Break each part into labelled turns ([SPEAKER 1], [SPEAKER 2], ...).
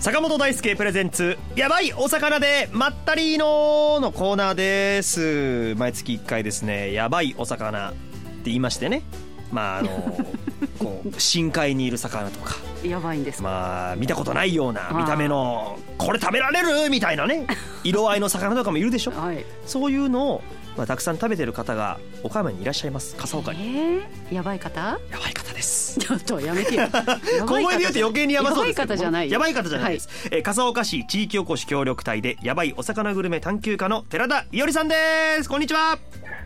[SPEAKER 1] 坂本大輔プレゼンツやばいお魚でまったりーののコーナーです毎月1回ですねやばいお魚って言いましてねまああの こう深海にいる魚とか
[SPEAKER 2] やばいんですか、
[SPEAKER 1] まあ見たことないような見た目のこれ食べられるみたいな ね色合いの魚とかもいるでしょ
[SPEAKER 2] はい
[SPEAKER 1] そういうのを、まあ、たくさん食べてる方が岡山にいらっしゃいます笠岡に、
[SPEAKER 2] えー、やばい 方
[SPEAKER 1] やばい方です
[SPEAKER 2] ちょっとやめてよ
[SPEAKER 1] 小声で言うと余計にやばそうです
[SPEAKER 2] やばい方じゃない
[SPEAKER 1] やばい方じゃないです、えー笠岡市地域おこし協力隊でやばいお魚グルメ探求家の寺田伊織さんですこんにちは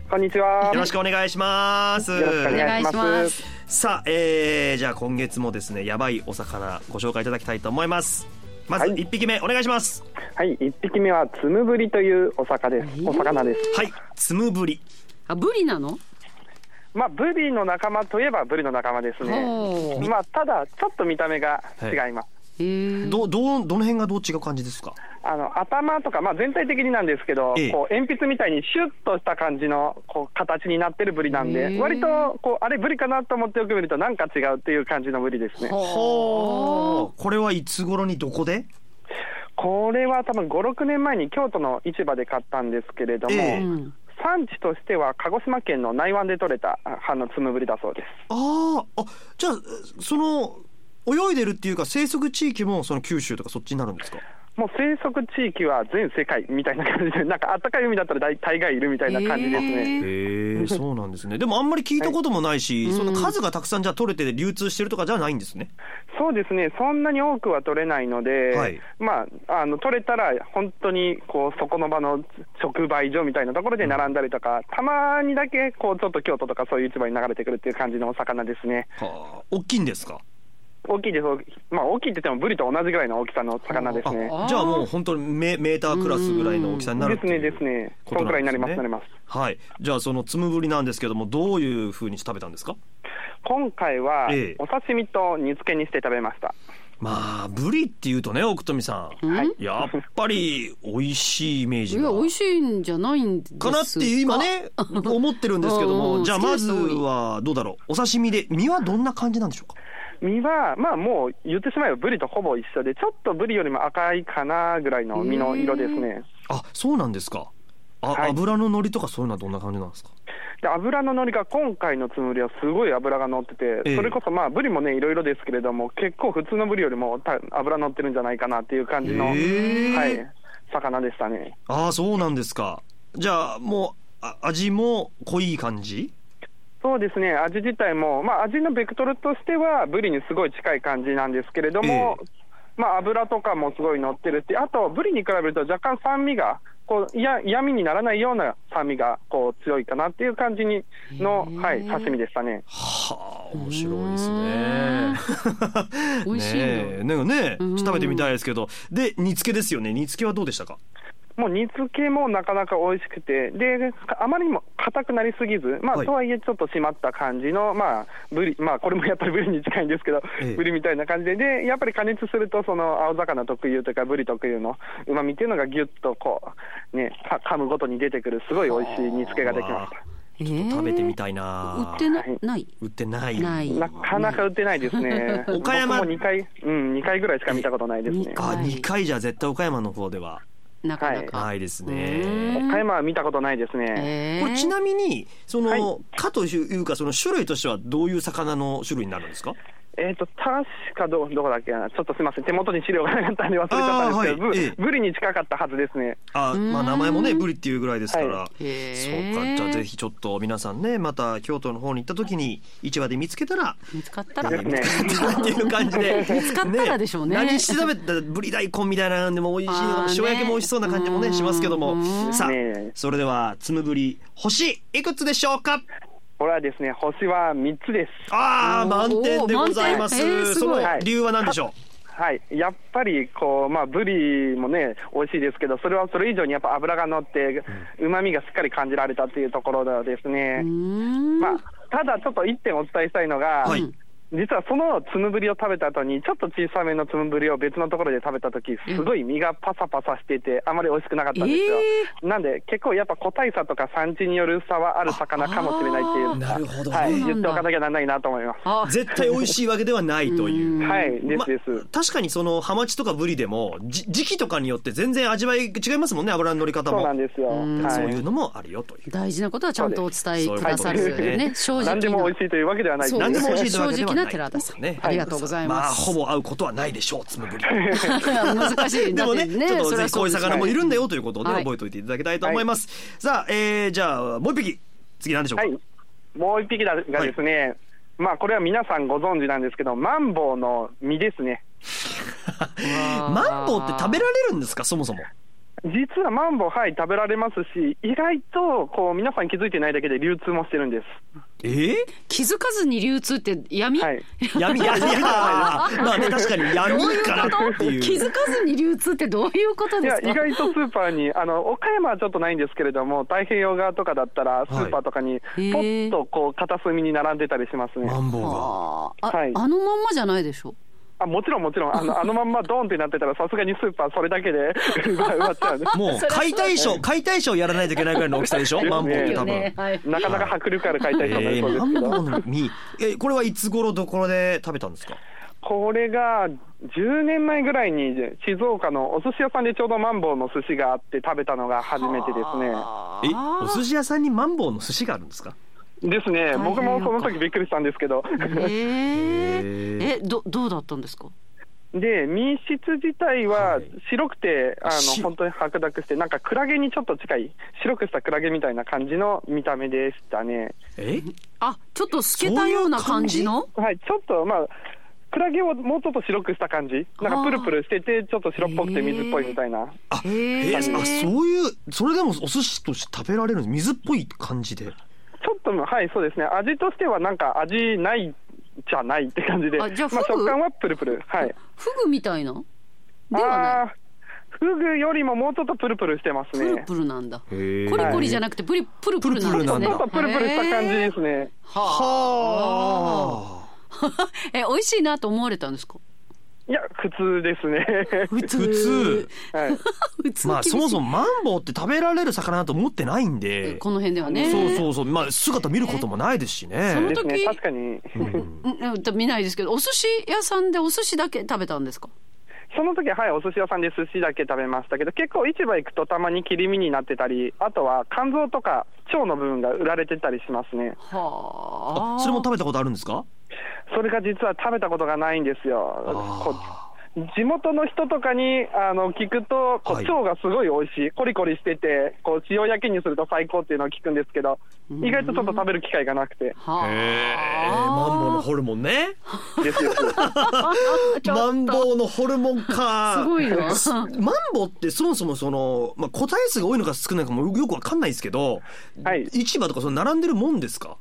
[SPEAKER 3] こんにちは。
[SPEAKER 1] よろしくお願いします
[SPEAKER 3] よろしくお
[SPEAKER 2] お
[SPEAKER 3] 願
[SPEAKER 2] 願
[SPEAKER 3] い
[SPEAKER 2] い
[SPEAKER 3] し
[SPEAKER 2] し
[SPEAKER 3] ま
[SPEAKER 2] ますす
[SPEAKER 1] さあ、えー、じゃあ今月もですねやばいお魚ご紹介いただきたいと思いますまず
[SPEAKER 3] はい
[SPEAKER 1] 1匹目お願いします
[SPEAKER 3] はい、一匹目はつむぶりというお魚です。お魚です。
[SPEAKER 1] はいつむぶり
[SPEAKER 2] あブリなの
[SPEAKER 3] まあ、ブリの仲間といえばブリの仲間ですね。
[SPEAKER 2] ほう
[SPEAKER 3] まあ、ただ、ちょっと見た目が違います。
[SPEAKER 2] えー、
[SPEAKER 1] どうどうどの辺がどう違う感じですか
[SPEAKER 3] あの頭とか、まあ、全体的になんですけど、
[SPEAKER 1] ええ
[SPEAKER 3] こう鉛筆みたいにシュッとした感じのこう形になってるブリなん
[SPEAKER 2] へ
[SPEAKER 3] で、
[SPEAKER 2] え
[SPEAKER 3] 割とこうあれ、ブリかなと思ってよく見ると、なんか違うっていう感じのブリですね。
[SPEAKER 1] ほうこれはいつ頃にどこで
[SPEAKER 3] これは多分5、6年前に京都の市場で買ったんですけれども、
[SPEAKER 1] ええ
[SPEAKER 2] うん
[SPEAKER 3] 産地としては鹿児島県の内湾で取れたああのつむぶりだそうです。
[SPEAKER 1] あーあじゃあその泳いでるっていうか生息地域もその九州とかそっちになるんですか
[SPEAKER 3] もう生息地域は全世界みたいな感じで、 なんかあったかい海だったら大大概いるみたいな感じですね。
[SPEAKER 2] えー
[SPEAKER 1] へえそうなんですねでもあんまり聞いたこともないし、その数がたくさんじゃあ取れて流通してるとかじゃないんですね
[SPEAKER 3] そうですね、そんなに多くは取れないので、
[SPEAKER 1] はい
[SPEAKER 3] まあ、あの取れたら、本当にこうそこの場の直売所みたいなところで並んだりとか、たまにだけこうちょっと京都とかそういう市場に流れてくるっていう感じのお魚ですね。
[SPEAKER 1] はあ大きいんですか
[SPEAKER 3] 大きいです、大きいまあ、大きいって言っても、ブリと同じぐらいの大きさの魚ですね。
[SPEAKER 1] あじゃあもう本当にメメータークラスぐらいの大きさになるっ
[SPEAKER 3] で
[SPEAKER 1] て
[SPEAKER 3] す
[SPEAKER 1] い
[SPEAKER 3] ね、
[SPEAKER 1] う
[SPEAKER 3] ですね、
[SPEAKER 1] こ
[SPEAKER 3] そ
[SPEAKER 1] と
[SPEAKER 3] んくらい
[SPEAKER 1] ん
[SPEAKER 3] にな
[SPEAKER 1] です
[SPEAKER 3] りま
[SPEAKER 1] ね
[SPEAKER 3] す、なります。
[SPEAKER 1] はいじゃあそのつむぶりなんですけどもどういうふうにして食べたんですか
[SPEAKER 3] 今回は
[SPEAKER 1] ええ、
[SPEAKER 3] お刺身と煮付けにして食べました。
[SPEAKER 1] まあブリっていうとね奥富さん、
[SPEAKER 2] はい
[SPEAKER 1] やっぱり美味しいイメージ
[SPEAKER 2] い
[SPEAKER 1] が
[SPEAKER 2] や美味しいんじゃないんです
[SPEAKER 1] かなっていう今ね思ってるんですけど
[SPEAKER 2] うんう
[SPEAKER 1] も
[SPEAKER 2] ん
[SPEAKER 1] じゃあまず
[SPEAKER 2] 好きな人
[SPEAKER 1] はどうだろうお刺身で身はどんな感じなんでしょうか
[SPEAKER 3] 身は、まあもう言ってしまえばブリとほぼ一緒で、ちょっとブリよりも赤いかなぐらいの身の色ですね。
[SPEAKER 1] あそうなんですかあ、
[SPEAKER 3] はい
[SPEAKER 1] 油の乗りとかそういうのはどんな感じなんですか
[SPEAKER 3] で、油ののりが今回のつむりはすごい油が乗ってて、
[SPEAKER 1] ええ
[SPEAKER 3] それこそまあブリもね、いろいろですけれども、結構普通のブリよりもた油乗ってるんじゃないかなっていう感じの、
[SPEAKER 1] ええ
[SPEAKER 3] はい、魚でしたね。
[SPEAKER 1] ああそうなんですかじゃあもうあ味も濃い感じ
[SPEAKER 3] そうですね、味自体も、まあ、味のベクトルとしては、ブリにすごい近い感じなんですけれども、
[SPEAKER 1] え
[SPEAKER 3] まあ、油とかもすごい乗ってるって、あと、ブリに比べると若干酸味が、こういや嫌味にならないような酸味がこう強いかなっていう感じにの、
[SPEAKER 2] へえ
[SPEAKER 3] はい、刺身でしたね。
[SPEAKER 1] はあ面白いですね
[SPEAKER 2] 美味しいの
[SPEAKER 1] ねえなんかね
[SPEAKER 2] うん
[SPEAKER 1] 食べてみたいですけどで煮付けですよね煮付けはどうでしたか
[SPEAKER 3] もう煮付けもなかなか美味しくて、であまりにも硬くなりすぎず、まあ
[SPEAKER 1] はい
[SPEAKER 3] とはいえ、ちょっと締まった感じの、まあブリまあ、これもやっぱりブリに近いんですけど、
[SPEAKER 1] ええ
[SPEAKER 3] ブリみたいな感じでで、やっぱり加熱すると、その青魚特有というか、ブリ特有のうまみっていうのがぎゅっとこう、ね、か噛むごとに出てくる、すごい美味しい煮付けができまし
[SPEAKER 1] わ
[SPEAKER 3] た。
[SPEAKER 2] えー
[SPEAKER 1] 食べてみたい
[SPEAKER 2] 売
[SPEAKER 1] な
[SPEAKER 2] ってな
[SPEAKER 3] はい
[SPEAKER 2] ない
[SPEAKER 1] 売ってない。
[SPEAKER 2] ない
[SPEAKER 3] なかなか売ってないですね
[SPEAKER 1] 岡山
[SPEAKER 3] 僕も2回、うん、2回ぐらいしか見たことないですね。
[SPEAKER 1] あ
[SPEAKER 2] はい
[SPEAKER 1] 2回じゃ絶対岡山の方では
[SPEAKER 2] なかなか
[SPEAKER 1] ないです
[SPEAKER 2] う
[SPEAKER 1] ね
[SPEAKER 2] ん
[SPEAKER 3] 岡山は見たことないですね。
[SPEAKER 2] え
[SPEAKER 1] これちなみにその、
[SPEAKER 3] はい
[SPEAKER 1] かというかその種類としてはどういう魚の種類になるんですか
[SPEAKER 3] えっ、と、確かど、どこだっけな、ちょっとすみません、手元に資料がなかったんで忘れちゃったんですけど、
[SPEAKER 1] あーはい
[SPEAKER 3] ブ
[SPEAKER 1] ええ
[SPEAKER 3] ブリに近かったはずですね。
[SPEAKER 1] あ、まあ、名前もねブリっていうぐらいですから、
[SPEAKER 3] は
[SPEAKER 2] へ
[SPEAKER 1] そう
[SPEAKER 2] ー
[SPEAKER 1] かじゃあぜひちょっと皆さんねまた京都の方に行った時に市場で見つけたら
[SPEAKER 2] 見つかった
[SPEAKER 3] で
[SPEAKER 2] ら
[SPEAKER 3] すね。
[SPEAKER 1] っていう感じ で見つ
[SPEAKER 2] かったらでしょうね
[SPEAKER 1] 何して食べたらブリ大根みたいなのでも美味しいのか
[SPEAKER 2] あ
[SPEAKER 1] も
[SPEAKER 2] ーね
[SPEAKER 1] 塩焼きも美味しそうな感じも
[SPEAKER 2] う
[SPEAKER 1] ね
[SPEAKER 2] ん
[SPEAKER 1] しますけど
[SPEAKER 2] う
[SPEAKER 1] も
[SPEAKER 2] ん
[SPEAKER 1] さあ
[SPEAKER 3] ね
[SPEAKER 1] それではつむぶり星いくつでしょうか
[SPEAKER 3] これはですね、星は3つです。
[SPEAKER 1] ああ
[SPEAKER 2] おー
[SPEAKER 1] 満点でございます,、
[SPEAKER 2] 満点えーす
[SPEAKER 1] その
[SPEAKER 2] ごい
[SPEAKER 1] 理由は何でしょう、
[SPEAKER 3] はい。やっぱり、こう、まあ、ブリもね、美味しいですけど、それはそれ以上にやっぱ脂が乗って、旨味がしっかり感じられたっていうところですね。
[SPEAKER 2] うーん
[SPEAKER 3] まあ、ただちょっと1点お伝えしたいのが、
[SPEAKER 1] はい
[SPEAKER 3] 実はそのつむぶりを食べた後にちょっと小さめのつむぶりを別のところで食べた時すごい身がパサパサしていてあまり美味しくなかったんですよ、なんで結構やっぱ個体差とか産地による差はある魚かもしれないっていう
[SPEAKER 1] なるほど、
[SPEAKER 3] は
[SPEAKER 2] そうなん
[SPEAKER 3] い、
[SPEAKER 2] だ
[SPEAKER 3] 言っておかなきゃなんないなと思います
[SPEAKER 2] あ
[SPEAKER 1] 絶対美味しいわけではないというう。
[SPEAKER 2] ん
[SPEAKER 3] はいです
[SPEAKER 1] ま
[SPEAKER 3] です、
[SPEAKER 1] 確かにそのハマチとかブリでもじ時期とかによって全然味わい違いますもんね油の乗り方
[SPEAKER 3] そう
[SPEAKER 1] も
[SPEAKER 3] なんですよ、
[SPEAKER 2] うん
[SPEAKER 3] は
[SPEAKER 1] そう
[SPEAKER 3] い
[SPEAKER 1] いうのもあるよという
[SPEAKER 2] 大事なことはちゃんとお伝えくださ
[SPEAKER 3] そう
[SPEAKER 2] る
[SPEAKER 3] いうこと
[SPEAKER 1] です
[SPEAKER 2] ね
[SPEAKER 1] ね
[SPEAKER 2] 正直な
[SPEAKER 3] 何でも美味しいというわけではない
[SPEAKER 2] そう
[SPEAKER 1] 何でも美味しいというわけではない
[SPEAKER 2] 正直な寺田さん
[SPEAKER 1] ね
[SPEAKER 2] ありがとうございま
[SPEAKER 1] ま
[SPEAKER 2] す
[SPEAKER 1] あほぼ合うことはないでしょうつむぶり
[SPEAKER 2] 難しい
[SPEAKER 1] でもね
[SPEAKER 2] だって
[SPEAKER 1] ちょっと
[SPEAKER 2] それ
[SPEAKER 1] ぜ
[SPEAKER 2] は
[SPEAKER 1] ひこうい
[SPEAKER 2] そ
[SPEAKER 1] う
[SPEAKER 2] です
[SPEAKER 1] 魚もいるんだよということをね、
[SPEAKER 2] はい
[SPEAKER 1] 覚えておいていただきたいと思います、さあ、えー、じゃあもう一匹次何でしょうか、
[SPEAKER 3] はい、もう一匹だがですね、まあこれは皆さんご存知なんですけどマンボウの実ですね
[SPEAKER 1] マンボウって食べられるんですかそもそも
[SPEAKER 3] 実はマンボウはい食べられますし意外とこう皆さん気づいてないだけで流通もしてるんです
[SPEAKER 1] え
[SPEAKER 2] 気づかずに流通って闇、
[SPEAKER 3] はい、
[SPEAKER 1] ー、闇いやいやまあね確かに闇かなっていう
[SPEAKER 2] 気づかずに流通ってどういうこと
[SPEAKER 3] い
[SPEAKER 2] で
[SPEAKER 3] や
[SPEAKER 2] すか
[SPEAKER 3] 意外とスーパーに、あの岡山はちょっとないんですけれども、太平洋側とかだったら、スーパーとかに、
[SPEAKER 2] へー
[SPEAKER 3] ぽっとこう片隅に並んでたりしますね。
[SPEAKER 1] マンボウが
[SPEAKER 2] あーあ
[SPEAKER 3] はい
[SPEAKER 2] あのまんまじゃないでしょ
[SPEAKER 3] あもちろん、もちろんあ の、あのまんまドーンってなってたら、さすがにスーパー、それだけで 埋まっちゃうんで
[SPEAKER 1] もう解体ショー解体ショーやらないといけないぐらいの大きさでしょ
[SPEAKER 3] ですね
[SPEAKER 1] マンボウって多分、
[SPEAKER 2] ねはい、
[SPEAKER 3] なかなか迫力ある解体ショーになり
[SPEAKER 1] え
[SPEAKER 3] そう
[SPEAKER 1] ー
[SPEAKER 3] で
[SPEAKER 1] マン
[SPEAKER 3] すけ
[SPEAKER 1] ボ
[SPEAKER 3] ど、
[SPEAKER 1] ウの実えこれはいつ頃どころで食べたんですか
[SPEAKER 3] これが10年前ぐらいに、静岡のお寿司屋さんでちょうどマンボウの寿司があって食べたのが初めてですね。
[SPEAKER 1] え
[SPEAKER 2] あ
[SPEAKER 1] お
[SPEAKER 2] ー
[SPEAKER 1] 寿司屋さんにマンボウの寿司があるんですか
[SPEAKER 3] ですね、僕もその時びっくりしたんですけど。
[SPEAKER 2] え
[SPEAKER 1] へ
[SPEAKER 2] ー、えどどうだったんですか
[SPEAKER 3] で民室自体
[SPEAKER 1] は
[SPEAKER 3] はい白くて、あ
[SPEAKER 1] 白
[SPEAKER 3] の本当に白濁してなんかクラゲにちょっと近い白くしたクラゲみたいな感じの見た目でしたね
[SPEAKER 1] え
[SPEAKER 2] あちょっと透けたような感じの
[SPEAKER 3] はいちょっとまあクラゲをもうちょっと白くした感じなん
[SPEAKER 2] あー
[SPEAKER 3] かプルプルしててちょっと白っぽくて水っぽいみたいな
[SPEAKER 1] あ、
[SPEAKER 2] へ
[SPEAKER 1] え
[SPEAKER 2] ー
[SPEAKER 1] ーあそういうそれでもお寿司として食べられるんです水っぽい感じで
[SPEAKER 3] ちょっとはいそうですね味としてはなんか味ないじゃないって感じで
[SPEAKER 2] あじゃあフ
[SPEAKER 3] まあ、
[SPEAKER 2] グ
[SPEAKER 3] 食感はプルプルはい
[SPEAKER 2] フグみたいなではない
[SPEAKER 3] あーフグよりももうちょっとプルプルしてます
[SPEAKER 2] プル
[SPEAKER 3] ね
[SPEAKER 2] プルなんだ。コ
[SPEAKER 1] へ
[SPEAKER 2] リ
[SPEAKER 1] え
[SPEAKER 2] コリじゃなくてプリプルプルなんで
[SPEAKER 1] プルプルな
[SPEAKER 2] すね。
[SPEAKER 1] んだ
[SPEAKER 3] ちょっとプルプルした感じ
[SPEAKER 2] へ
[SPEAKER 3] で
[SPEAKER 2] ー。
[SPEAKER 3] すね
[SPEAKER 2] はあ。 え美味しいなと思われたんですか。
[SPEAKER 3] いや普通ですね
[SPEAKER 1] 普通。
[SPEAKER 3] はい
[SPEAKER 2] 普通。
[SPEAKER 1] まあそもそもマンボウって食べられる魚だと思ってないんで
[SPEAKER 2] この辺ではね。
[SPEAKER 1] そうそうそうまあ姿見ることもないですしね
[SPEAKER 2] その
[SPEAKER 3] ですね、
[SPEAKER 2] 時
[SPEAKER 3] 確かに、
[SPEAKER 2] うんうん見ないですけど、お寿司屋さんでお寿司だけ食べたんですか。
[SPEAKER 3] その時ははい、お寿司屋さんで寿司だけ食べましたけど、結構市場行くとたまに切り身になってたり、あとは肝臓とか腸の部分が売られてたりしますね。
[SPEAKER 2] は
[SPEAKER 1] あ
[SPEAKER 2] あ。
[SPEAKER 1] それも食べたことあるんですか
[SPEAKER 3] それが実は食べたことがないんですよ。こ
[SPEAKER 1] あ
[SPEAKER 3] う地元の人とかにあの聞くと、こう
[SPEAKER 1] はい
[SPEAKER 3] 腸がすごい美味しい、コリコリしてて、こう塩焼きにすると最高っていうのを聞くんですけど、意外とちょっと食べる機会がなくて、
[SPEAKER 2] は
[SPEAKER 1] ー
[SPEAKER 2] あ。
[SPEAKER 1] へえマンボウのホルモンね
[SPEAKER 3] ですです。
[SPEAKER 2] ちょっと
[SPEAKER 1] マンボウのホルモンか
[SPEAKER 2] すごい な。
[SPEAKER 1] すマンボウってそもそもその、まあ、個体数が多いのか少ないのかもよくわかんないですけど、
[SPEAKER 3] はい
[SPEAKER 1] 市場とかその並んでるもんですか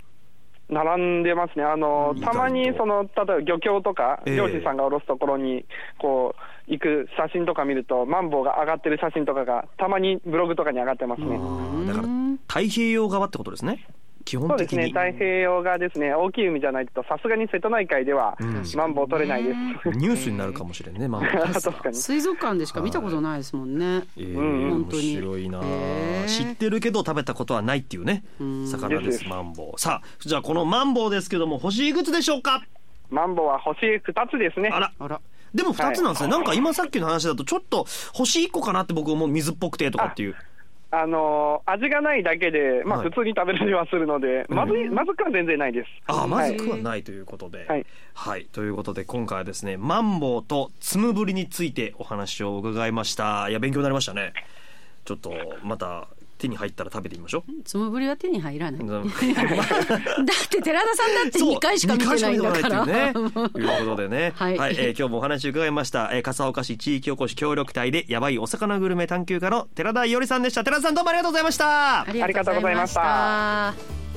[SPEAKER 3] 並んでますね、あの
[SPEAKER 1] うん
[SPEAKER 3] たまにその例えば漁協とか、
[SPEAKER 1] ええ
[SPEAKER 3] 漁師さんが卸すところにこう行く写真とか見ると、マンボウが上がってる写真とかが、たまにブログとかに上がってますね。
[SPEAKER 1] だから太平洋側ってことですね基
[SPEAKER 3] そ
[SPEAKER 1] 本
[SPEAKER 3] うで
[SPEAKER 1] 的
[SPEAKER 3] す
[SPEAKER 1] に
[SPEAKER 3] ね、太平洋側ですね、大きい海じゃないと、さすがに瀬戸内海では
[SPEAKER 1] ん
[SPEAKER 3] マンボウ取れないです。
[SPEAKER 1] ニュースになるかもしれんねマンボウ
[SPEAKER 3] 確かに
[SPEAKER 2] 水族館でしか見たことないですもんね。
[SPEAKER 1] えー、
[SPEAKER 3] うん
[SPEAKER 2] 本
[SPEAKER 1] 面
[SPEAKER 2] 当に
[SPEAKER 1] 白いな、
[SPEAKER 2] へー
[SPEAKER 1] 知ってるけど食べたことはないっていうね魚で
[SPEAKER 3] です
[SPEAKER 1] す
[SPEAKER 3] です
[SPEAKER 1] マンボウさあじゃあこのマンボウですけども星いくつでしょうか
[SPEAKER 3] マンボウは星2つですね
[SPEAKER 1] あ。ら
[SPEAKER 2] あら。
[SPEAKER 1] でも2つなんですね、なんか今さっきの話だとちょっと星1個かなって僕思う水っぽくてとかっていう
[SPEAKER 3] あのー味がないだけで、まあ、
[SPEAKER 1] はい
[SPEAKER 3] 普通に食べれるはするので、まずいまずくは全然ないです。
[SPEAKER 1] ああま
[SPEAKER 3] は
[SPEAKER 1] ず
[SPEAKER 3] い
[SPEAKER 1] くはないということで。は
[SPEAKER 3] はいい、
[SPEAKER 1] ということで今回はですねマンボウとつむぶりについてお話を伺いましたいや勉強になりましたねちょっとまた手に入ったら食べてみましょ う
[SPEAKER 2] つむぶりは手に入らない。 だ
[SPEAKER 1] うん
[SPEAKER 2] って寺田さんだっ て
[SPEAKER 1] そう
[SPEAKER 2] 2回しか見てないんだ
[SPEAKER 1] 二
[SPEAKER 2] から。
[SPEAKER 1] 回しか 見てないっていうねということでね
[SPEAKER 2] は
[SPEAKER 1] はいい、えー今日もお話伺いました、えー、笠岡市地域おこし協力隊でやばいお魚グルメ探求家の寺田伊織さんでした寺田さんどうもありがとうございました
[SPEAKER 2] ありがとうございました。